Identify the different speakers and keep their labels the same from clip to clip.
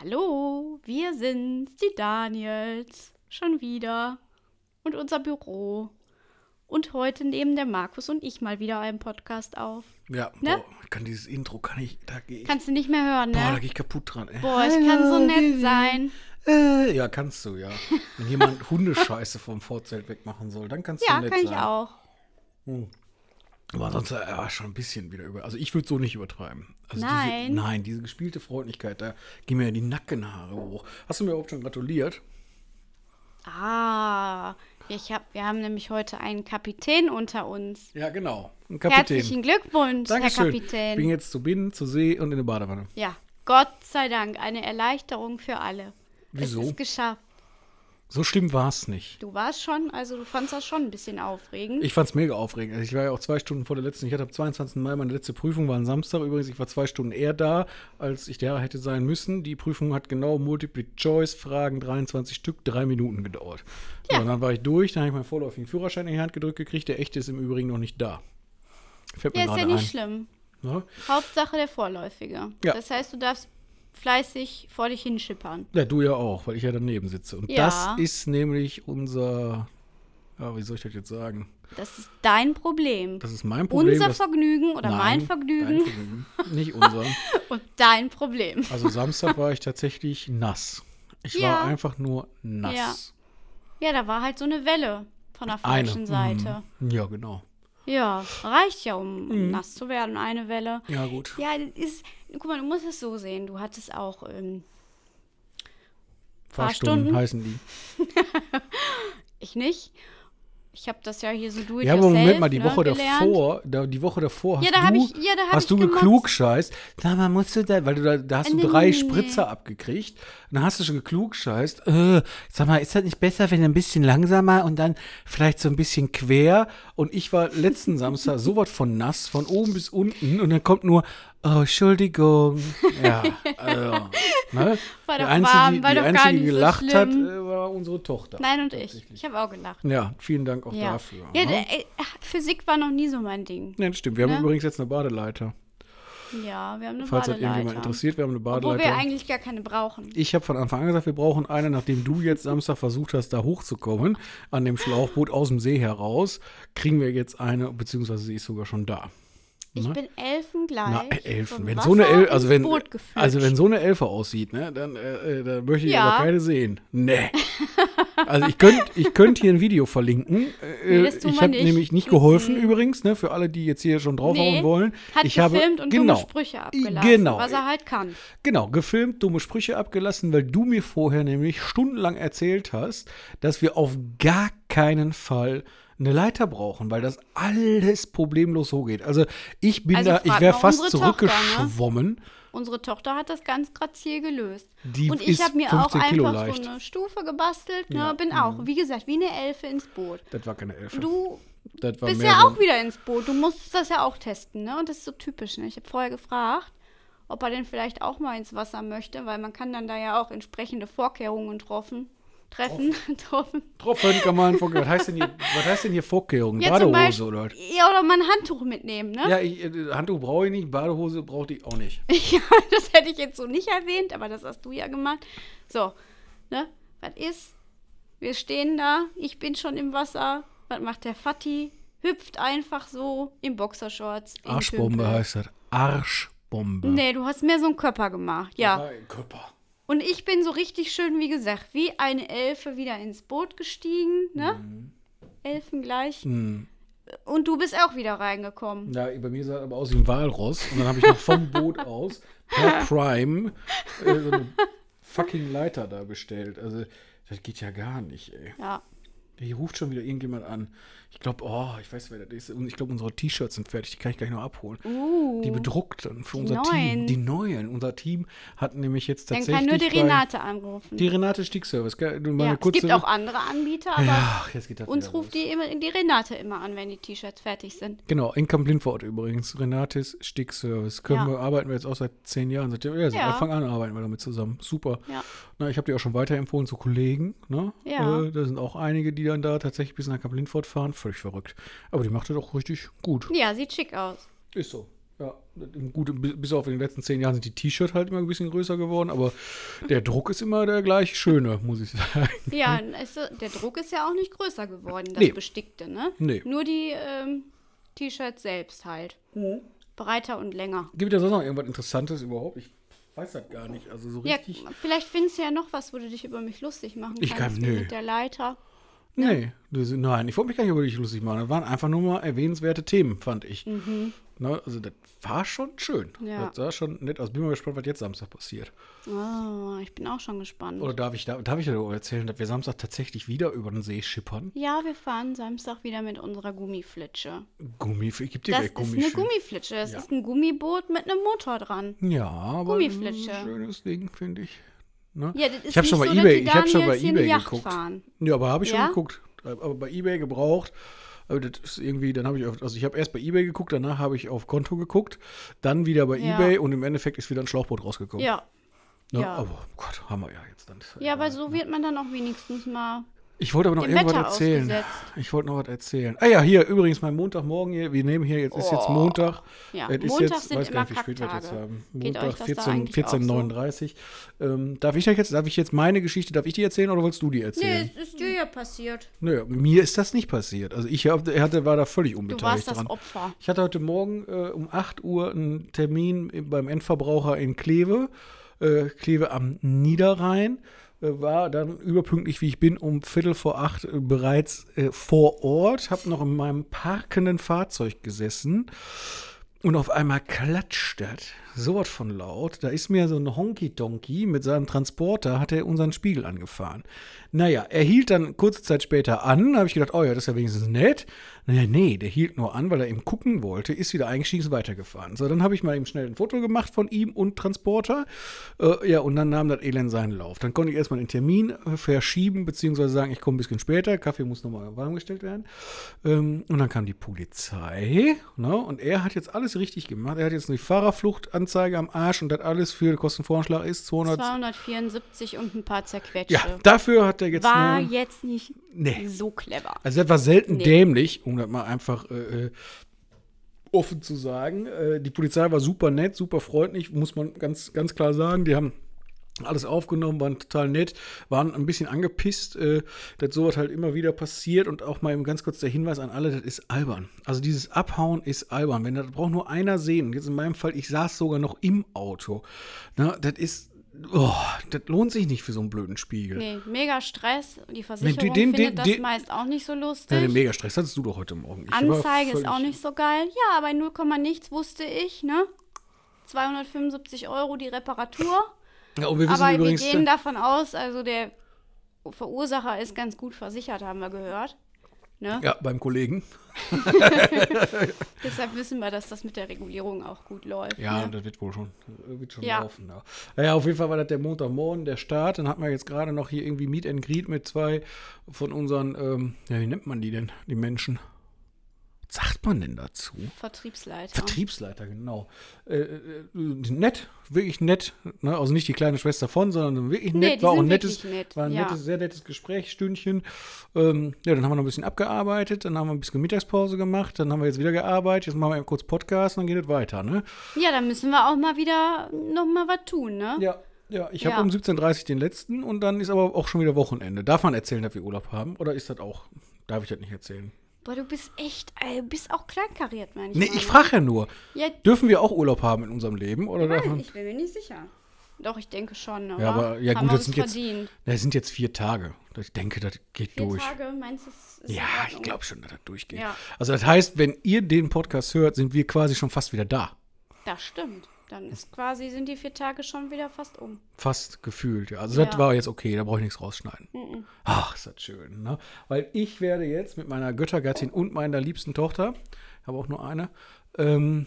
Speaker 1: Hallo, wir sind's, die Daniels. Schon wieder. Und unser Büro. Und heute nehmen der Markus und ich mal wieder einen Podcast auf.
Speaker 2: Ja,
Speaker 1: Ne?
Speaker 2: boah, ich kann dieses Intro, kann ich, da gehe ich,
Speaker 1: Kannst du nicht mehr hören,
Speaker 2: boah, da
Speaker 1: ne?
Speaker 2: gehe ich kaputt dran. Ey.
Speaker 1: Boah, ich kann so
Speaker 2: Hallo,
Speaker 1: nett
Speaker 2: Baby.
Speaker 1: sein.
Speaker 2: Äh, ja, kannst du, ja. Wenn jemand Hundescheiße vom Vorzelt wegmachen soll, dann kannst
Speaker 1: Ja,
Speaker 2: du nett
Speaker 1: kann
Speaker 2: sein.
Speaker 1: ich auch.
Speaker 2: Aber sonst äh, ja, schon ein bisschen wieder über. Also ich würde so nicht übertreiben. Also
Speaker 1: Nein.
Speaker 2: Diese, nein, diese gespielte Freundlichkeit, da gehen mir ja die Nackenhaare hoch. Hast du mir überhaupt schon gratuliert?
Speaker 1: Ah, ich hab, wir haben nämlich heute einen Kapitän unter uns.
Speaker 2: Ja, genau. Ein Kapitän.
Speaker 1: Herzlichen Glückwunsch,
Speaker 2: Dankeschön.
Speaker 1: Herr
Speaker 2: Ich bin
Speaker 1: Kapitän.
Speaker 2: jetzt zu Binnen, zur See und in der Badewanne.
Speaker 1: Ja, Gott sei Dank, eine Erleichterung für alle.
Speaker 2: Wieso?
Speaker 1: Es ist geschafft.
Speaker 2: So schlimm war es nicht.
Speaker 1: Du warst schon, also du fandst das schon ein bisschen aufregend.
Speaker 2: Ich fand es mega aufregend. Also ich war ja auch zwei Stunden vor der letzten. Ich hatte am 22. Mai meine letzte Prüfung, war ein Samstag übrigens. Ich war zwei Stunden eher da, als ich da hätte sein müssen. Die Prüfung hat genau Multiple-Choice-Fragen, 23 Stück, drei Minuten gedauert. Ja. So, und dann war ich durch, dann habe ich meinen vorläufigen Führerschein in die Hand gedrückt gekriegt. Der echte ist im Übrigen noch nicht da. Fällt
Speaker 1: ja,
Speaker 2: mir
Speaker 1: ist ja
Speaker 2: gerade
Speaker 1: nicht
Speaker 2: ein.
Speaker 1: schlimm.
Speaker 2: Ne?
Speaker 1: Hauptsache der Vorläufige.
Speaker 2: Ja.
Speaker 1: Das heißt, du darfst fleißig vor dich hinschippern.
Speaker 2: Ja, du ja auch, weil ich ja daneben sitze. Und
Speaker 1: Ja.
Speaker 2: das ist nämlich unser. Ja, wie soll ich das jetzt sagen?
Speaker 1: Das ist dein Problem.
Speaker 2: Das ist mein Problem.
Speaker 1: Unser
Speaker 2: das-
Speaker 1: Vergnügen oder
Speaker 2: Nein,
Speaker 1: mein
Speaker 2: Dein
Speaker 1: Vergnügen
Speaker 2: Vergnügen. Nicht unser.
Speaker 1: und dein Problem.
Speaker 2: Also Samstag war ich tatsächlich nass. Ich
Speaker 1: Ja.
Speaker 2: war einfach nur nass.
Speaker 1: Ja, da war halt so eine Welle von der falschen Seite.
Speaker 2: Mhm. Ja, genau.
Speaker 1: Ja, reicht ja, um,
Speaker 2: Mhm.
Speaker 1: um nass zu werden, eine Welle.
Speaker 2: Ja, gut.
Speaker 1: Ja, das ist, guck mal, du musst es so sehen. Du hattest auch ähm, Fahrstunden.
Speaker 2: Fahrstunden heißen die.
Speaker 1: Ich nicht. Ich habe das ja hier so do it
Speaker 2: Ja, aber Moment
Speaker 1: yourself,
Speaker 2: mal, die
Speaker 1: ne,
Speaker 2: Woche
Speaker 1: gelernt.
Speaker 2: davor, da, die Woche davor hast
Speaker 1: Ja, da hab
Speaker 2: du,
Speaker 1: ich- ja, da hab
Speaker 2: hast
Speaker 1: ich
Speaker 2: du
Speaker 1: gemotzt.
Speaker 2: geklugscheißt. Sag mal, musst du da, weil du da, da hast du
Speaker 1: Nee, nee,
Speaker 2: drei
Speaker 1: nee, nee.
Speaker 2: Spritzer abgekriegt. Und dann hast du schon geklugscheißt. Äh, sag mal, ist das nicht besser, wenn ein bisschen langsamer und dann vielleicht so ein bisschen quer? Und ich war letzten Samstag so was von nass, von oben bis unten. Und dann kommt nur, oh, Entschuldigung. Ja, also, ne?
Speaker 1: War
Speaker 2: Die
Speaker 1: doch
Speaker 2: einzige,
Speaker 1: warm,
Speaker 2: die,
Speaker 1: war
Speaker 2: die
Speaker 1: doch gar
Speaker 2: einzige, die
Speaker 1: nicht so
Speaker 2: gelacht hat,
Speaker 1: schlimm.
Speaker 2: äh, war unsere Tochter.
Speaker 1: Nein, und ich. Ich habe auch gelacht.
Speaker 2: Ja, vielen Dank auch
Speaker 1: Ja,
Speaker 2: dafür.
Speaker 1: ja
Speaker 2: ne?
Speaker 1: d- äh, ach, Physik war noch nie so mein Ding.
Speaker 2: Ja, das stimmt. Wir haben
Speaker 1: Ne?
Speaker 2: übrigens jetzt eine Badeleiter.
Speaker 1: Ja, wir haben eine
Speaker 2: Falls das irgendjemand
Speaker 1: Badeleiter.
Speaker 2: interessiert, wir haben eine
Speaker 1: Obwohl wir
Speaker 2: Badeleiter.
Speaker 1: eigentlich gar keine brauchen.
Speaker 2: Ich habe von Anfang an gesagt, wir brauchen eine, nachdem du jetzt Samstag versucht hast, da hochzukommen, an dem Schlauchboot aus dem See heraus, kriegen wir jetzt eine, beziehungsweise sie ist sogar schon da.
Speaker 1: Ich bin elfengleich.
Speaker 2: Na, äh,
Speaker 1: vom
Speaker 2: Elfen. Wenn
Speaker 1: Wasser
Speaker 2: so, eine El also,
Speaker 1: ins
Speaker 2: wenn,
Speaker 1: Boot geführt.
Speaker 2: also wenn so eine Elfe aussieht, ne, dann, äh, äh, dann möchte ich
Speaker 1: Ja.
Speaker 2: aber keine sehen. Nee. Also ich könnte ich könnt hier ein Video verlinken. Äh,
Speaker 1: Nee, das tun
Speaker 2: ich
Speaker 1: wir
Speaker 2: habe
Speaker 1: nicht. Mhm.
Speaker 2: nämlich nicht geholfen übrigens, ne, für alle, die jetzt hier schon draufhauen
Speaker 1: Nee,
Speaker 2: wollen.
Speaker 1: hat
Speaker 2: ich
Speaker 1: gefilmt
Speaker 2: habe,
Speaker 1: und
Speaker 2: genau,
Speaker 1: dumme Sprüche abgelassen,
Speaker 2: Genau.
Speaker 1: was er halt kann.
Speaker 2: Genau, gefilmt, dumme Sprüche abgelassen, weil du mir vorher nämlich stundenlang erzählt hast, dass wir auf gar keinen Fall eine Leiter brauchen, weil das alles problemlos so geht. Also ich bin
Speaker 1: Also
Speaker 2: da, ich
Speaker 1: frag
Speaker 2: wäre
Speaker 1: mal
Speaker 2: fast
Speaker 1: unsere Tochter, ne?
Speaker 2: zurückgeschwommen.
Speaker 1: Unsere Tochter hat das ganz grazil gelöst.
Speaker 2: Die
Speaker 1: und ich
Speaker 2: ist
Speaker 1: habe mir auch
Speaker 2: 15 Kilo
Speaker 1: einfach
Speaker 2: leicht.
Speaker 1: so eine Stufe gebastelt. Ne?
Speaker 2: Ja, mhm.
Speaker 1: Bin auch, wie gesagt, wie eine Elfe ins Boot.
Speaker 2: Das war keine Elfe.
Speaker 1: Du
Speaker 2: das war
Speaker 1: bist
Speaker 2: mehr
Speaker 1: ja
Speaker 2: so
Speaker 1: auch wieder ins Boot. Du musstest das ja auch testen, ne? Und das ist so typisch, ne? Ich habe vorher gefragt, ob er denn vielleicht auch mal ins Wasser möchte, weil man kann dann da ja auch entsprechende Vorkehrungen treffen. Treffen, treffen.
Speaker 2: Tropfen kann man vorgehen. Was heißt denn hier, was heißt denn hier Vorkehrung?
Speaker 1: Ja, zum
Speaker 2: Badehose
Speaker 1: Beispiel-
Speaker 2: oder was?
Speaker 1: Ja, oder mal ein Handtuch mitnehmen, ne?
Speaker 2: Ja, ich, äh, Handtuch brauche ich nicht, Badehose brauchte ich auch nicht.
Speaker 1: Ja, das hätte ich jetzt so nicht erwähnt, aber das hast du ja gemacht. So, ne? Was ist? Wir stehen da, ich bin schon im Wasser. Was macht der Fatih? Hüpft einfach so im Boxershorts. in den
Speaker 2: Arschbombe
Speaker 1: Tümpel.
Speaker 2: heißt das. Arschbombe.
Speaker 1: Nee, du hast mehr so einen Körper gemacht. Ja.
Speaker 2: Mein Körper.
Speaker 1: Und ich bin so richtig schön, wie gesagt, wie eine Elfe wieder ins Boot gestiegen, ne?
Speaker 2: Mhm.
Speaker 1: Elfen gleich.
Speaker 2: Hm.
Speaker 1: Und du bist auch wieder reingekommen.
Speaker 2: Ja, bei mir sah das aber aus wie ein Walross. Und dann habe ich noch vom Boot aus per Prime äh, so eine fucking Leiter da bestellt. Also, das geht ja gar nicht, ey.
Speaker 1: Ja.
Speaker 2: Hier ruft schon wieder irgendjemand an. Ich glaube, oh, ich weiß, wer das ist. Und ich glaube, unsere T-Shirts sind fertig. Die kann ich gleich noch abholen.
Speaker 1: Uh.
Speaker 2: Die bedruckten für
Speaker 1: Die
Speaker 2: unser
Speaker 1: neuen.
Speaker 2: Team. Die neuen. Unser Team hat nämlich jetzt
Speaker 1: Dann
Speaker 2: tatsächlich.
Speaker 1: kann nur die
Speaker 2: bei-
Speaker 1: Renate anrufen.
Speaker 2: Die Renate Stickservice. gell? Nur mal
Speaker 1: ja,
Speaker 2: eine
Speaker 1: es
Speaker 2: kurze-
Speaker 1: gibt auch andere Anbieter, aber
Speaker 2: Ja, jetzt geht das
Speaker 1: Uns
Speaker 2: wieder los.
Speaker 1: ruft die, immer, die Renate immer an, wenn die T-Shirts fertig sind.
Speaker 2: Genau, in Kamp-Lindfort übrigens. Renates Stickservice. Können
Speaker 1: Ja.
Speaker 2: wir, arbeiten wir jetzt auch seit zehn Jahren. Seit, ja, seit
Speaker 1: Ja.
Speaker 2: Anfang an arbeiten wir damit zusammen. Super.
Speaker 1: Ja.
Speaker 2: Na, ich habe die auch schon weiterempfohlen zu Kollegen. Ne?
Speaker 1: Ja.
Speaker 2: Äh, da sind auch einige, die dann da tatsächlich bis nach Kamp-Lindfort fahren. Völlig verrückt. Aber die macht das auch richtig gut.
Speaker 1: Ja, sieht schick aus.
Speaker 2: Ist so. Ja, gut, bi- bis auf in den letzten zehn Jahren sind die T-Shirts halt immer ein bisschen größer geworden, aber der Druck ist immer der gleiche schöne, muss ich sagen.
Speaker 1: Ja, und es, der Druck ist ja auch nicht größer geworden, das
Speaker 2: Mhm. Nee.
Speaker 1: Bestickte, ne?
Speaker 2: Nee.
Speaker 1: Nur die ähm, T-Shirts selbst halt.
Speaker 2: Mhm.
Speaker 1: Breiter und länger.
Speaker 2: Gibt es sonst noch irgendwas Interessantes überhaupt? Ich weiß das gar nicht. Also so
Speaker 1: Ja,
Speaker 2: richtig.
Speaker 1: vielleicht findest du ja noch was, wo du dich über mich lustig machen
Speaker 2: Ich
Speaker 1: kannst.
Speaker 2: kann-
Speaker 1: wie
Speaker 2: nö.
Speaker 1: Mit der Leiter.
Speaker 2: nee, das, nein, ich wollte mich gar nicht über dich lustig machen. Das waren einfach nur mal erwähnenswerte Themen, fand ich. Na, also das war schon schön.
Speaker 1: Mhm. Ja.
Speaker 2: Das sah schon nett aus. Bin mal gespannt, was jetzt Samstag passiert.
Speaker 1: Oh, ich bin auch schon gespannt.
Speaker 2: Oder darf ich, darf, darf ich darüber erzählen, dass wir Samstag tatsächlich wieder über den See schippern?
Speaker 1: ja, wir fahren Samstag wieder mit unserer Gummiflitsche.
Speaker 2: Gummi, ich geb dir
Speaker 1: Das
Speaker 2: gleich
Speaker 1: ist
Speaker 2: Gummi.
Speaker 1: eine Gummiflitsche. Das
Speaker 2: Ja.
Speaker 1: ist ein Gummiboot mit einem Motor dran.
Speaker 2: Ja, aber
Speaker 1: Gummiflitsche.
Speaker 2: ein schönes Ding, finde ich. Ne?
Speaker 1: Ja, das ist
Speaker 2: ich habe schon
Speaker 1: nicht so,
Speaker 2: bei
Speaker 1: dass
Speaker 2: eBay,
Speaker 1: die
Speaker 2: ich habe schon bei
Speaker 1: Daniels hier eine
Speaker 2: eBay
Speaker 1: Yacht
Speaker 2: geguckt.
Speaker 1: fahren.
Speaker 2: Ja, aber habe ich
Speaker 1: Ja?
Speaker 2: schon geguckt, aber bei eBay gebraucht. Aber das ist irgendwie, dann habe ich, auf, also ich habe erst bei eBay geguckt, danach habe ich auf Konto geguckt, dann wieder bei
Speaker 1: Ja.
Speaker 2: eBay und im Endeffekt ist wieder ein Schlauchboot rausgekommen.
Speaker 1: Ja.
Speaker 2: ne?
Speaker 1: ja.
Speaker 2: Aber Gott, haben wir ja jetzt dann.
Speaker 1: Ja, aber so wird man dann auch wenigstens mal.
Speaker 2: Ich wollte aber noch
Speaker 1: Dem
Speaker 2: irgendwas
Speaker 1: Wetter
Speaker 2: erzählen.
Speaker 1: ausgesetzt.
Speaker 2: Ich wollte noch was erzählen. Ah ja, hier übrigens mein Montagmorgen hier. Wir nehmen hier jetzt ist jetzt
Speaker 1: Oh.
Speaker 2: Montag.
Speaker 1: Ja,
Speaker 2: Es ist
Speaker 1: Montags
Speaker 2: jetzt,
Speaker 1: sind
Speaker 2: weiß gar
Speaker 1: immer
Speaker 2: nicht, wie spät wir das jetzt
Speaker 1: Kacktage.
Speaker 2: haben.
Speaker 1: Geht euch
Speaker 2: Montag
Speaker 1: das da
Speaker 2: 14
Speaker 1: eigentlich auch so?
Speaker 2: 14:39. Ähm, darf ich das jetzt darf ich jetzt meine Geschichte, darf ich die erzählen oder wolltest du die erzählen?
Speaker 1: ist dir ja passiert.
Speaker 2: Naja, mir ist das nicht passiert. Also ich hab, hatte, war da völlig
Speaker 1: Du
Speaker 2: unbeteiligt
Speaker 1: warst das
Speaker 2: dran.
Speaker 1: Opfer.
Speaker 2: Ich hatte heute Morgen äh, um 8 Uhr einen Termin im- beim Endverbraucher in Kleve, äh, Kleve am Niederrhein. Äh, war dann überpünktlich, wie ich bin, um Viertel vor acht äh, bereits äh, vor Ort. Habe noch in meinem parkenden Fahrzeug gesessen. Und auf einmal klatscht das sowas von laut. Da ist mir so ein Honky-Tonky mit seinem Transporter, hat er unseren Spiegel angefahren. Naja, er hielt dann kurze Zeit später an. Da habe ich gedacht, oh ja, das ist ja wenigstens nett. Naja, nee, der hielt nur an, weil er eben gucken wollte, ist wieder eingestiegen, ist weitergefahren. So, dann habe ich mal eben schnell ein Foto gemacht von ihm und Transporter. Äh, ja, und dann nahm das Elend seinen Lauf. Dann konnte ich erstmal den Termin äh, verschieben, beziehungsweise sagen, ich komme ein bisschen später. Kaffee muss nochmal warm gestellt werden. Ähm, und dann kam die Polizei. Ne? Und er hat jetzt alles richtig gemacht. Er hat jetzt eine Fahrerfluchtanzeige am Arsch und hat alles für Kostenvoranschlag ist 200.
Speaker 1: 274 und ein paar zerquetschte.
Speaker 2: Ja, dafür hat er jetzt.
Speaker 1: War
Speaker 2: eine,
Speaker 1: jetzt nicht
Speaker 2: nee.
Speaker 1: so clever.
Speaker 2: Also das war selten
Speaker 1: Nee.
Speaker 2: dämlich, um das mal einfach äh, äh, offen zu sagen. Äh, die Polizei war super nett, super freundlich, muss man ganz, ganz klar sagen. Die haben alles aufgenommen, waren total nett, waren ein bisschen angepisst, äh, dass sowas halt immer wieder passiert und auch mal eben ganz kurz der Hinweis an alle, das ist albern. Also dieses Abhauen ist albern. Wenn das braucht nur einer sehen. Und Jetzt in meinem Fall, ich saß sogar noch im Auto. Na, das ist, oh, das lohnt sich nicht für so einen blöden Spiegel.
Speaker 1: Nee, mega Stress. Die Versicherung
Speaker 2: den-
Speaker 1: findet
Speaker 2: den-
Speaker 1: das
Speaker 2: den-
Speaker 1: meist auch nicht so lustig.
Speaker 2: Ja, den Megastress hattest du doch heute Morgen. Ich war
Speaker 1: Anzeige ist
Speaker 2: völlig-
Speaker 1: auch nicht so geil. Ja, aber 0, nichts wusste ich, ne? 275 Euro die Reparatur.
Speaker 2: Ja, und wir wissen
Speaker 1: Aber
Speaker 2: übrigens, äh,
Speaker 1: wir gehen davon aus, also der Verursacher ist ganz gut versichert, haben wir gehört. Ne?
Speaker 2: ja, beim Kollegen.
Speaker 1: Deshalb wissen wir, dass das mit der Regulierung auch gut läuft.
Speaker 2: Ja,
Speaker 1: ne?
Speaker 2: das wird wohl schon, das wird schon
Speaker 1: Ja.
Speaker 2: laufen. Ja. Naja, auf jeden Fall war das der Montagmorgen, der Start. Dann hatten wir jetzt gerade noch hier irgendwie Meet and Greet mit zwei von unseren, ähm, ja, wie nennt man die denn, die Menschen? Was sagt man denn dazu?
Speaker 1: Vertriebsleiter.
Speaker 2: Vertriebsleiter, genau. Äh, äh, nett, wirklich nett. Ne? Also nicht die kleine Schwester von, sondern wirklich nett.
Speaker 1: die
Speaker 2: war auch ein
Speaker 1: sind
Speaker 2: nettes,
Speaker 1: wirklich nett,
Speaker 2: war ein
Speaker 1: ja.
Speaker 2: nettes, sehr nettes Gesprächsstündchen. Ähm, ja, dann haben wir noch ein bisschen abgearbeitet, dann haben wir ein bisschen Mittagspause gemacht, dann haben wir jetzt wieder gearbeitet, jetzt machen wir kurz Podcast und dann geht es weiter, ne?
Speaker 1: Ja, da müssen wir auch mal wieder noch mal was tun, ne?
Speaker 2: Ja. Ja, ich habe
Speaker 1: Ja.
Speaker 2: um 17.30 Uhr den letzten und dann ist aber auch schon wieder Wochenende. Darf man erzählen, dass wir Urlaub haben? Oder ist das auch? Darf ich das nicht erzählen?
Speaker 1: Boah, du bist echt, ey, du bist auch kleinkariert, meine ich.
Speaker 2: Nee,
Speaker 1: mal,
Speaker 2: ich
Speaker 1: ne?
Speaker 2: frage ja nur.
Speaker 1: Ja,
Speaker 2: Dürfen wir auch Urlaub haben in unserem Leben? Oder darf
Speaker 1: nein,
Speaker 2: man,
Speaker 1: ich bin mir nicht sicher. Doch, ich denke schon, oder?
Speaker 2: Ja, aber ja
Speaker 1: Haben
Speaker 2: gut,
Speaker 1: wir
Speaker 2: das
Speaker 1: uns
Speaker 2: sind jetzt,
Speaker 1: verdient.
Speaker 2: das sind jetzt vier Tage. Ich denke, das geht
Speaker 1: Vier
Speaker 2: durch.
Speaker 1: Tage, meinst du, es ist in
Speaker 2: Ja, ich
Speaker 1: Ordnung?
Speaker 2: glaube schon, dass das durchgeht.
Speaker 1: Ja.
Speaker 2: Also das heißt, wenn ihr den Podcast hört, sind wir quasi schon fast wieder da.
Speaker 1: Das stimmt. Dann ist quasi, sind die vier Tage schon wieder fast um.
Speaker 2: Fast gefühlt, ja. Also das
Speaker 1: Ja.
Speaker 2: war jetzt okay, da brauche ich nichts rausschneiden. Ach, ist das schön, ne? Weil ich werde jetzt mit meiner Göttergattin und meiner liebsten Tochter, ich habe auch nur eine, ähm,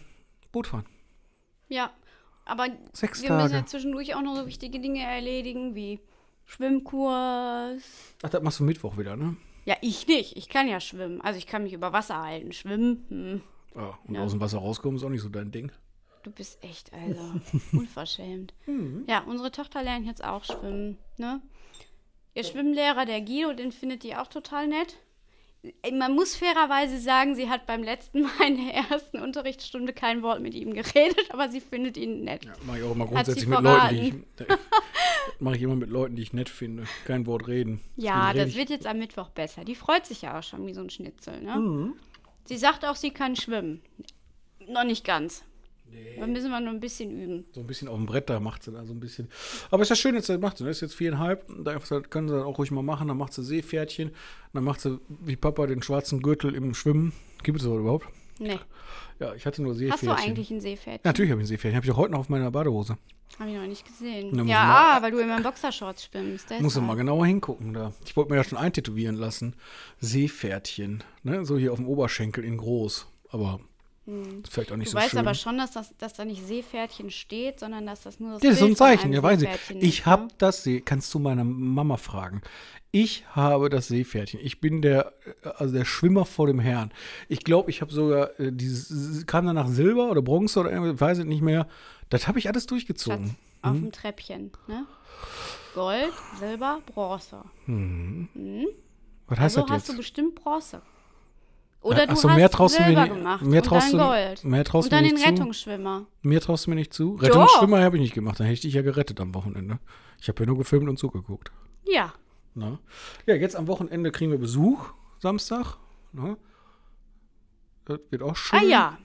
Speaker 2: Boot fahren.
Speaker 1: Ja, aber
Speaker 2: Sechs
Speaker 1: wir müssen ja
Speaker 2: Tage.
Speaker 1: zwischendurch auch noch so wichtige Dinge erledigen wie Schwimmkurs.
Speaker 2: Ach, das machst du Mittwoch wieder, ne?
Speaker 1: Ja, ich nicht. Ich kann ja schwimmen. Also ich kann mich über Wasser halten. Schwimmen, hm.
Speaker 2: Ja, Ah, und aus dem Wasser rauskommen ist auch nicht so dein Ding.
Speaker 1: du bist echt, also, unverschämt.
Speaker 2: Mhm.
Speaker 1: Ja, unsere Tochter lernt jetzt auch schwimmen, ne? Ihr Schwimmlehrer, der Guido, den findet die auch total nett. man muss fairerweise sagen, sie hat beim letzten Mal in der ersten Unterrichtsstunde kein Wort mit ihm geredet, aber sie findet ihn nett.
Speaker 2: Ja, mache ich auch immer
Speaker 1: Hat sie
Speaker 2: grundsätzlich mit Leuten, die ich, mache ich immer mit Leuten, die ich nett finde. Kein Wort reden.
Speaker 1: Ja,
Speaker 2: Deswegen
Speaker 1: das
Speaker 2: rede
Speaker 1: wird jetzt am Mittwoch besser. Die freut sich ja auch schon wie so ein Schnitzel. Ne?
Speaker 2: Mhm.
Speaker 1: Sie sagt auch, sie kann schwimmen. Noch nicht ganz. Da müssen wir nur ein bisschen üben.
Speaker 2: ich So ein bisschen auf dem Brett da macht sie da so ein bisschen. Aber ist ja schön, dass sie das macht. Sie ne? ist jetzt viereinhalb. Da kann sie dann auch ruhig mal machen. Dann macht sie Seepferdchen. Dann macht sie wie Papa den schwarzen Gürtel im Schwimmen. Gibt es sowas überhaupt?
Speaker 1: Nee.
Speaker 2: Ja, ich hatte nur
Speaker 1: Hast
Speaker 2: Seepferdchen.
Speaker 1: du eigentlich ein Seepferdchen?
Speaker 2: Ja, natürlich habe ich ein Seepferdchen. Habe ich auch heute noch auf meiner Badehose.
Speaker 1: Habe ich noch nicht gesehen.
Speaker 2: Na, muss
Speaker 1: ja,
Speaker 2: ich mal-
Speaker 1: ah, weil du immer in Boxershorts schwimmst.
Speaker 2: Muss ich
Speaker 1: deshalb.
Speaker 2: mal genauer hingucken da. Ich wollte mir ja schon eintätowieren lassen. Seepferdchen. Ne? So hier auf dem Oberschenkel in groß. Aber ist vielleicht auch nicht
Speaker 1: Hm. Du
Speaker 2: so
Speaker 1: weißt
Speaker 2: schön.
Speaker 1: aber schon, dass, das, dass da nicht Seepferdchen steht, sondern dass das nur das
Speaker 2: das ist so ein
Speaker 1: Bild von
Speaker 2: Zeichen,
Speaker 1: einem
Speaker 2: ja, weiß ich.
Speaker 1: Seepferdchen ist, ne?
Speaker 2: Ich habe das See. Kannst du meine Mama fragen? Ich habe das Seepferdchen. Ich bin der, äh, also der Schwimmer vor dem Herrn. Ich glaube, ich habe sogar äh, dieses, kam danach Silber oder Bronze oder irgendwie, weiß ich nicht mehr. Das habe ich
Speaker 1: Ne?
Speaker 2: alles
Speaker 1: Schatz,
Speaker 2: durchgezogen.
Speaker 1: Auf dem Treppchen. Ne? Gold, Silber, Bronze.
Speaker 2: Was heißt
Speaker 1: also
Speaker 2: das
Speaker 1: hast
Speaker 2: jetzt?
Speaker 1: du bestimmt Bronze. Oder
Speaker 2: Ach
Speaker 1: du
Speaker 2: so,
Speaker 1: hast
Speaker 2: mehr traust du mir
Speaker 1: Silber
Speaker 2: nicht-
Speaker 1: gemacht
Speaker 2: mehr traust
Speaker 1: und
Speaker 2: du-
Speaker 1: dann Gold.
Speaker 2: mehr traust
Speaker 1: und
Speaker 2: du
Speaker 1: dann
Speaker 2: mir
Speaker 1: den
Speaker 2: nicht zu?
Speaker 1: Rettungsschwimmer.
Speaker 2: Mir traust du mir nicht zu?
Speaker 1: Doch.
Speaker 2: Rettungsschwimmer habe ich nicht gemacht, dann hätte ich dich ja gerettet am Wochenende. Ich habe ja nur gefilmt und zugeguckt.
Speaker 1: Ja.
Speaker 2: Na? Ne? Ja, jetzt am Wochenende kriegen wir Besuch, Samstag. Na? Das wird auch schön.
Speaker 1: Ah ja.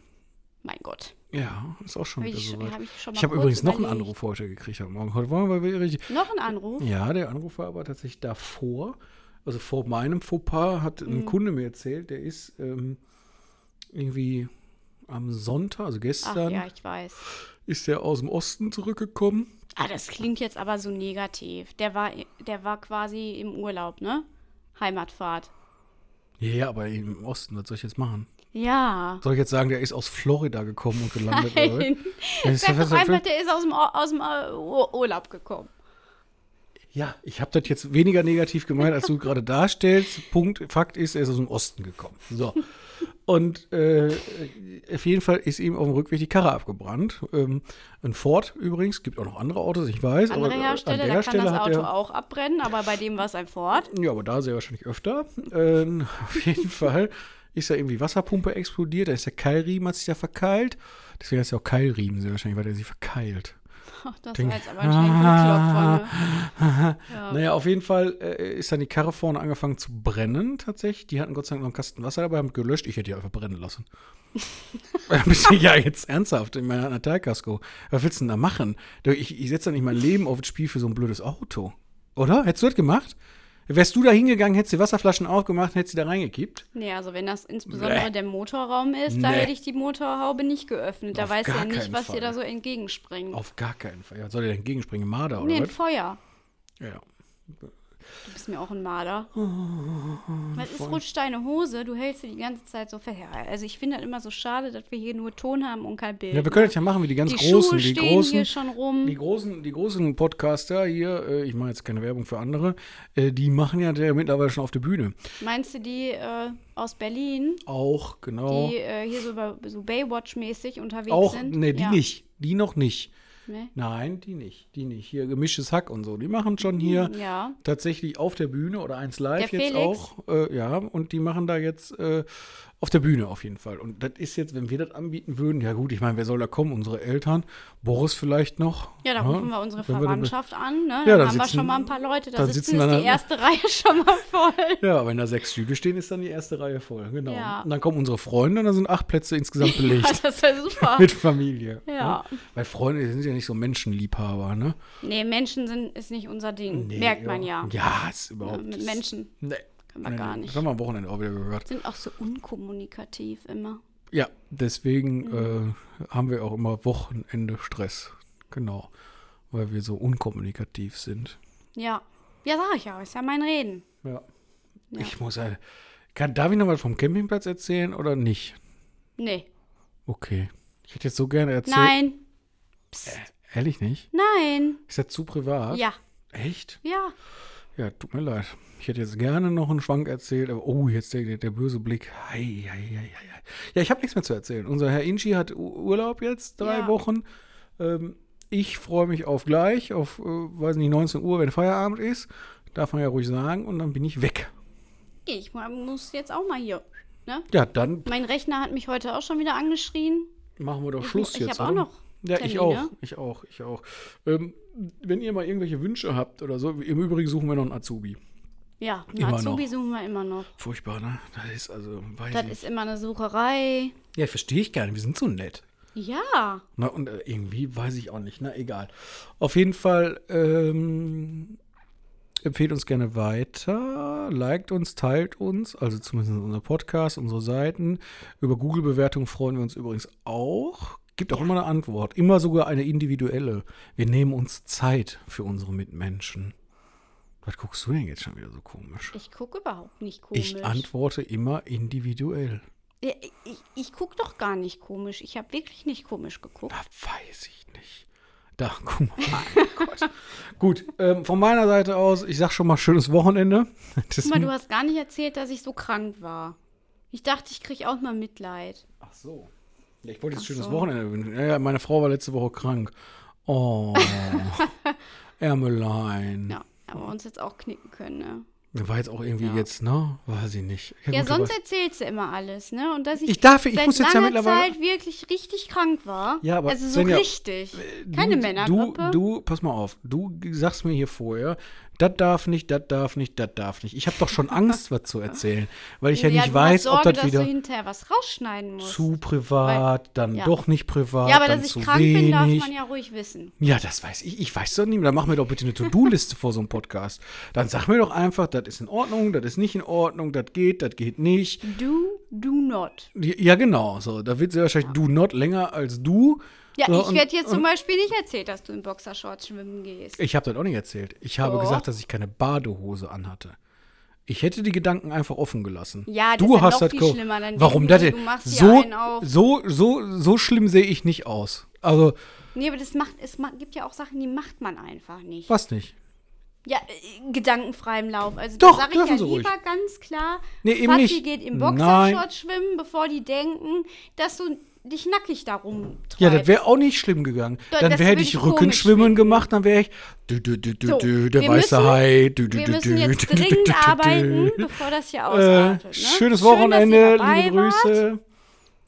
Speaker 1: Mein Gott.
Speaker 2: Ja, ist auch schon
Speaker 1: Hab
Speaker 2: wieder
Speaker 1: ich schon-
Speaker 2: soweit.
Speaker 1: hab ich schon mal
Speaker 2: ich habe
Speaker 1: kurz
Speaker 2: übrigens noch einen
Speaker 1: überlegt.
Speaker 2: Anruf heute gekriegt am Morgen. Heute wollen wir wieder richtig.
Speaker 1: Noch ein Anruf.
Speaker 2: Ja, der Anruf war aber tatsächlich davor, also vor meinem Fauxpas, hat
Speaker 1: Mhm.
Speaker 2: ein Kunde mir erzählt, der ist ähm, irgendwie am Sonntag, also
Speaker 1: Ach
Speaker 2: gestern,
Speaker 1: ja, ich weiß.
Speaker 2: ist der aus dem Osten zurückgekommen.
Speaker 1: Ah, das klingt jetzt aber so negativ. Der war, der war quasi im Urlaub, ne? Heimatfahrt.
Speaker 2: Ja, ja, aber im Osten, was soll ich jetzt machen?
Speaker 1: Ja.
Speaker 2: Soll ich jetzt sagen, der ist aus Florida gekommen und gelandet? oder was?
Speaker 1: Nein.
Speaker 2: Das ist-
Speaker 1: Sag
Speaker 2: das
Speaker 1: doch
Speaker 2: ist-
Speaker 1: einfach, der ist aus dem, Ur- aus dem äh, Ur- Urlaub gekommen.
Speaker 2: ja, ich habe das jetzt weniger negativ gemeint, als du gerade darstellst. Punkt, Fakt ist, er ist aus dem Osten gekommen. So. Und äh, auf jeden Fall ist ihm auf dem Rückweg die Karre abgebrannt. Ähm, ein Ford übrigens, gibt auch noch andere Autos, ich weiß.
Speaker 1: Andere
Speaker 2: aber, äh,
Speaker 1: Hersteller,
Speaker 2: an der
Speaker 1: da
Speaker 2: Stelle
Speaker 1: kann das
Speaker 2: hat
Speaker 1: Auto
Speaker 2: er,
Speaker 1: auch abbrennen, aber bei dem war es ein Ford.
Speaker 2: Ja, aber da sehr wahrscheinlich öfter. Ähm, auf jeden Fall ist da irgendwie Wasserpumpe explodiert, da ist der Keilriemen, hat sich da verkeilt. Deswegen heißt er auch Keilriemen sehr wahrscheinlich, weil der sich verkeilt.
Speaker 1: Ach, das
Speaker 2: Ding.
Speaker 1: war jetzt aber anscheinend ah. Klopfer, ne?
Speaker 2: Naja, auf jeden Fall äh, ist dann die Karre vorne angefangen zu brennen tatsächlich. Die hatten Gott sei Dank noch einen Kasten Wasser dabei, haben gelöscht. Ich hätte die einfach brennen lassen. Ein bisschen, ja, jetzt ernsthaft, in meiner Natalkasko. Was willst du denn da machen? Du, Ich, ich setze doch nicht mein Leben aufs Spiel für so ein blödes Auto. Oder? Hättest du das gemacht? Wärst du da hingegangen, hättest die Wasserflaschen aufgemacht, hättest sie da reingekippt?
Speaker 1: Nee, also wenn das insbesondere
Speaker 2: Bäh.
Speaker 1: der Motorraum ist, da
Speaker 2: Nee.
Speaker 1: hätte ich die Motorhaube nicht geöffnet. Da
Speaker 2: Auf
Speaker 1: weißt du
Speaker 2: gar
Speaker 1: ja nicht,
Speaker 2: keinen
Speaker 1: was
Speaker 2: Fall.
Speaker 1: dir da so entgegenspringt.
Speaker 2: Auf gar keinen Fall. Ja, soll der denn gegenspringen? Marder oder
Speaker 1: nee, ein
Speaker 2: was?
Speaker 1: Feuer.
Speaker 2: Ja.
Speaker 1: Du bist mir auch ein Marder.
Speaker 2: Oh,
Speaker 1: Was ist, rutscht deine Hose? Du hältst sie die ganze Zeit so fest. Ja, also ich finde das immer so schade, dass wir hier nur Ton haben und kein Bild.
Speaker 2: ja, wir können das ja machen wie die ganz
Speaker 1: die Schuhe
Speaker 2: Großen. die
Speaker 1: stehen
Speaker 2: Großen.
Speaker 1: hier schon rum.
Speaker 2: Die großen, die großen Podcaster hier, äh, ich mache jetzt keine Werbung für andere, äh, die machen ja der mittlerweile schon auf der Bühne.
Speaker 1: Meinst du die äh, aus Berlin,
Speaker 2: Auch, genau.
Speaker 1: die äh, hier so, über- so Baywatch-mäßig unterwegs
Speaker 2: auch,
Speaker 1: sind?
Speaker 2: nee, die
Speaker 1: Ja.
Speaker 2: nicht. Die noch nicht.
Speaker 1: Nee?
Speaker 2: Nein, die nicht. Die nicht. Hier gemischtes Hack und so. Die machen schon hier
Speaker 1: Ja.
Speaker 2: tatsächlich auf der Bühne oder eins live
Speaker 1: Mhm. Der
Speaker 2: jetzt
Speaker 1: Felix.
Speaker 2: auch. Äh, ja, und die machen da jetzt äh, auf der Bühne auf jeden Fall. Und das ist jetzt, wenn wir das anbieten würden, ja gut, ich meine, wer soll da kommen? Unsere Eltern, Boris vielleicht noch. ne?
Speaker 1: Ja, da rufen wir unsere
Speaker 2: Wenn da mit-
Speaker 1: Verwandtschaft an. Ne? Dann,
Speaker 2: Ja, dann
Speaker 1: haben wir
Speaker 2: sitzen-
Speaker 1: schon mal ein paar Leute. Da
Speaker 2: dann
Speaker 1: sitzen,
Speaker 2: sitzen
Speaker 1: ist
Speaker 2: dann
Speaker 1: die
Speaker 2: halt-
Speaker 1: erste Reihe schon mal voll.
Speaker 2: Ja, wenn da sechs Stühle stehen, ist dann die erste Reihe voll. Genau.
Speaker 1: Ja.
Speaker 2: Und dann kommen unsere Freunde und dann sind acht Plätze insgesamt belegt.
Speaker 1: Ja, das wäre super.
Speaker 2: Mit Familie. ne?
Speaker 1: Ja.
Speaker 2: Weil Freunde sind ja nicht so Menschenliebhaber, ne?
Speaker 1: Nee, Menschen sind, ist nicht unser Ding. Merkt man ja.
Speaker 2: Ja, ist überhaupt.
Speaker 1: Mit
Speaker 2: ist-
Speaker 1: Menschen
Speaker 2: Nee.
Speaker 1: Kann man
Speaker 2: Nee,
Speaker 1: gar
Speaker 2: nee.
Speaker 1: nicht.
Speaker 2: Das haben wir am Wochenende auch wieder gehört.
Speaker 1: sind auch so unkommunikativ immer.
Speaker 2: Ja, deswegen
Speaker 1: Mhm.
Speaker 2: äh, haben wir auch immer Wochenende Stress. Genau. Weil wir so unkommunikativ sind.
Speaker 1: Ja. Ja, sag ich ja. Ist ja mein Reden.
Speaker 2: Ja.
Speaker 1: Ja.
Speaker 2: Ich muss halt. Kann, darf ich noch mal vom Campingplatz erzählen oder nicht?
Speaker 1: Nee.
Speaker 2: Okay. Ich hätte jetzt so gerne erzählt.
Speaker 1: Nein.
Speaker 2: Ehrlich nicht?
Speaker 1: Nein.
Speaker 2: Ist das zu privat?
Speaker 1: Ja.
Speaker 2: Echt?
Speaker 1: Ja.
Speaker 2: Ja, tut mir leid. Ich hätte jetzt gerne noch einen Schwank erzählt, aber oh, jetzt der, der, der böse Blick. Hei, hei, hei, hei, hei. Ja, ich habe nichts mehr zu erzählen. Unser Herr Inchi hat U- Urlaub jetzt, drei
Speaker 1: Ja.
Speaker 2: Wochen. Ähm, ich freue mich auf gleich, auf, äh, weiß nicht, 19 Uhr, wenn Feierabend ist. Darf man ja ruhig sagen. Und dann bin ich weg.
Speaker 1: Ich mu- muss jetzt auch mal hier. Ne?
Speaker 2: Ja, dann
Speaker 1: Mein Rechner hat mich heute auch schon wieder angeschrien.
Speaker 2: machen wir doch
Speaker 1: Ich-
Speaker 2: Schluss
Speaker 1: ich
Speaker 2: jetzt.
Speaker 1: hab auch
Speaker 2: oder?
Speaker 1: noch
Speaker 2: Ja, ich
Speaker 1: Termine.
Speaker 2: auch. Ich auch. Ich auch. Ähm, wenn ihr mal irgendwelche Wünsche habt oder so, im Übrigen suchen wir noch einen Azubi.
Speaker 1: Ja, einen
Speaker 2: Immer
Speaker 1: Azubi
Speaker 2: noch.
Speaker 1: suchen wir immer noch.
Speaker 2: Furchtbar, ne? Das ist also, weiß
Speaker 1: Das
Speaker 2: ich
Speaker 1: ist immer eine Sucherei.
Speaker 2: nicht. Ja, verstehe ich gar nicht. Wir sind so nett.
Speaker 1: Ja,
Speaker 2: Na, und äh, irgendwie weiß ich auch nicht. Na, egal. Auf jeden Fall ähm, empfehlt uns gerne weiter, liked uns, teilt uns, also zumindest unser Podcast, unsere Seiten. Über Google-Bewertungen freuen wir uns übrigens auch. Gibt auch immer eine Antwort, immer sogar eine individuelle. Wir nehmen uns Zeit für unsere Mitmenschen. Was guckst du denn jetzt schon wieder so komisch?
Speaker 1: ich gucke überhaupt nicht komisch.
Speaker 2: Ich antworte immer individuell.
Speaker 1: Ja, ich ich gucke doch gar nicht komisch. Ich habe wirklich nicht komisch geguckt.
Speaker 2: Da weiß ich nicht. Da, guck mal. Mein Gott. Gut, ähm, von meiner Seite aus, ich sag schon mal schönes Wochenende. Das,
Speaker 1: Guck mal, du hast gar nicht erzählt, dass ich so krank war. Ich dachte, ich kriege auch mal Mitleid.
Speaker 2: ach so. Ja, ich wollte jetzt
Speaker 1: Ach
Speaker 2: schönes
Speaker 1: so.
Speaker 2: Wochenende wünschen. Ja, ja, meine Frau war letzte Woche krank. Oh. Ärmelein.
Speaker 1: Ja, aber uns jetzt auch knicken können, ne?
Speaker 2: Das War jetzt auch irgendwie
Speaker 1: Ja.
Speaker 2: jetzt, ne? Weiß ich nicht.
Speaker 1: Ja,
Speaker 2: gut,
Speaker 1: sonst
Speaker 2: aber-
Speaker 1: erzählst du immer alles, ne? Und dass ich,
Speaker 2: Ich darf, ich
Speaker 1: seit
Speaker 2: muss jetzt ja
Speaker 1: langer
Speaker 2: mittlerweile.
Speaker 1: Zeit wirklich richtig krank war.
Speaker 2: Ja, aber
Speaker 1: also so
Speaker 2: Svenja, äh,
Speaker 1: richtig. Keine
Speaker 2: du,
Speaker 1: Männergrippe.
Speaker 2: Du, du, pass mal auf. Du sagst mir hier vorher, das darf nicht, das darf nicht, das darf nicht. Ich habe doch schon Angst, was zu erzählen, weil ich ja,
Speaker 1: du
Speaker 2: nicht
Speaker 1: hast
Speaker 2: weiß,
Speaker 1: Sorge,
Speaker 2: ob das
Speaker 1: dass
Speaker 2: wieder
Speaker 1: du hinterher was rausschneiden musst.
Speaker 2: zu privat, dann
Speaker 1: ja.
Speaker 2: doch nicht privat,
Speaker 1: ja, aber
Speaker 2: dann
Speaker 1: dass ich
Speaker 2: zu
Speaker 1: krank
Speaker 2: wenig.
Speaker 1: bin, darf man ja ruhig wissen.
Speaker 2: Ja, das weiß ich. Ich weiß doch nicht. mehr. Dann mach mir doch bitte eine To-Do-Liste vor so einem Podcast. Dann sag mir doch einfach, das ist in Ordnung, das ist nicht in Ordnung, das geht, das geht nicht.
Speaker 1: Do, do not.
Speaker 2: Ja, genau. So, da wird sie wahrscheinlich do not länger als du.
Speaker 1: Ja,
Speaker 2: so,
Speaker 1: ich werde jetzt zum Beispiel nicht erzählt, dass du in Boxershorts schwimmen gehst.
Speaker 2: Ich habe das auch nicht erzählt. Ich habe
Speaker 1: Doch.
Speaker 2: gesagt, dass ich keine Badehose anhatte. Ich hätte die Gedanken einfach offen gelassen.
Speaker 1: Ja, das
Speaker 2: du
Speaker 1: ist ja
Speaker 2: hast
Speaker 1: noch
Speaker 2: das
Speaker 1: viel
Speaker 2: ge-
Speaker 1: schlimmer. Dann
Speaker 2: Warum das
Speaker 1: denken die,
Speaker 2: denn?
Speaker 1: du machst hier
Speaker 2: So,
Speaker 1: einen auf.
Speaker 2: so, so, so schlimm sehe ich nicht aus. Also,
Speaker 1: Nee, aber das macht, es ma- gibt ja auch Sachen, die macht man einfach nicht.
Speaker 2: was nicht?
Speaker 1: Ja, äh, gedankenfreiem Lauf. Also
Speaker 2: Doch,
Speaker 1: da sage ich
Speaker 2: dürfen
Speaker 1: ja
Speaker 2: sie
Speaker 1: lieber
Speaker 2: ruhig.
Speaker 1: ganz klar,
Speaker 2: Nee, eben
Speaker 1: Fatih
Speaker 2: nicht.
Speaker 1: geht im
Speaker 2: Nein.
Speaker 1: Boxershort schwimmen, bevor die denken, dass du dich nackig darum
Speaker 2: Ja, das wäre auch nicht schlimm gegangen.
Speaker 1: Da-
Speaker 2: dann
Speaker 1: das
Speaker 2: wäre
Speaker 1: würde
Speaker 2: ich
Speaker 1: ich
Speaker 2: Rückenschwimmen
Speaker 1: komisch
Speaker 2: gemacht, dann wäre ich dü, dü, dü, dü,
Speaker 1: So,
Speaker 2: dü, der
Speaker 1: wir
Speaker 2: weiße
Speaker 1: müssen-
Speaker 2: Hai. Dü, dü,
Speaker 1: Wir
Speaker 2: dü,
Speaker 1: müssen
Speaker 2: dü,
Speaker 1: jetzt
Speaker 2: dü, dü, dü, dü, dü,
Speaker 1: dringend arbeiten,
Speaker 2: dü.
Speaker 1: bevor das hier
Speaker 2: Äh,
Speaker 1: ausartet. ne?
Speaker 2: schönes
Speaker 1: Schön, dass ihr
Speaker 2: Wochenende,
Speaker 1: dabei
Speaker 2: liebe
Speaker 1: wart.
Speaker 2: Grüße.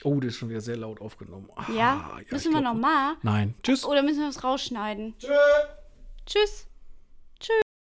Speaker 2: Oh, das ist schon wieder sehr laut aufgenommen. Ah,
Speaker 1: Ja,
Speaker 2: ich
Speaker 1: müssen wir
Speaker 2: glaub-
Speaker 1: nochmal?
Speaker 2: Nein. Tschüss.
Speaker 1: Oder müssen wir es rausschneiden? Tschüss.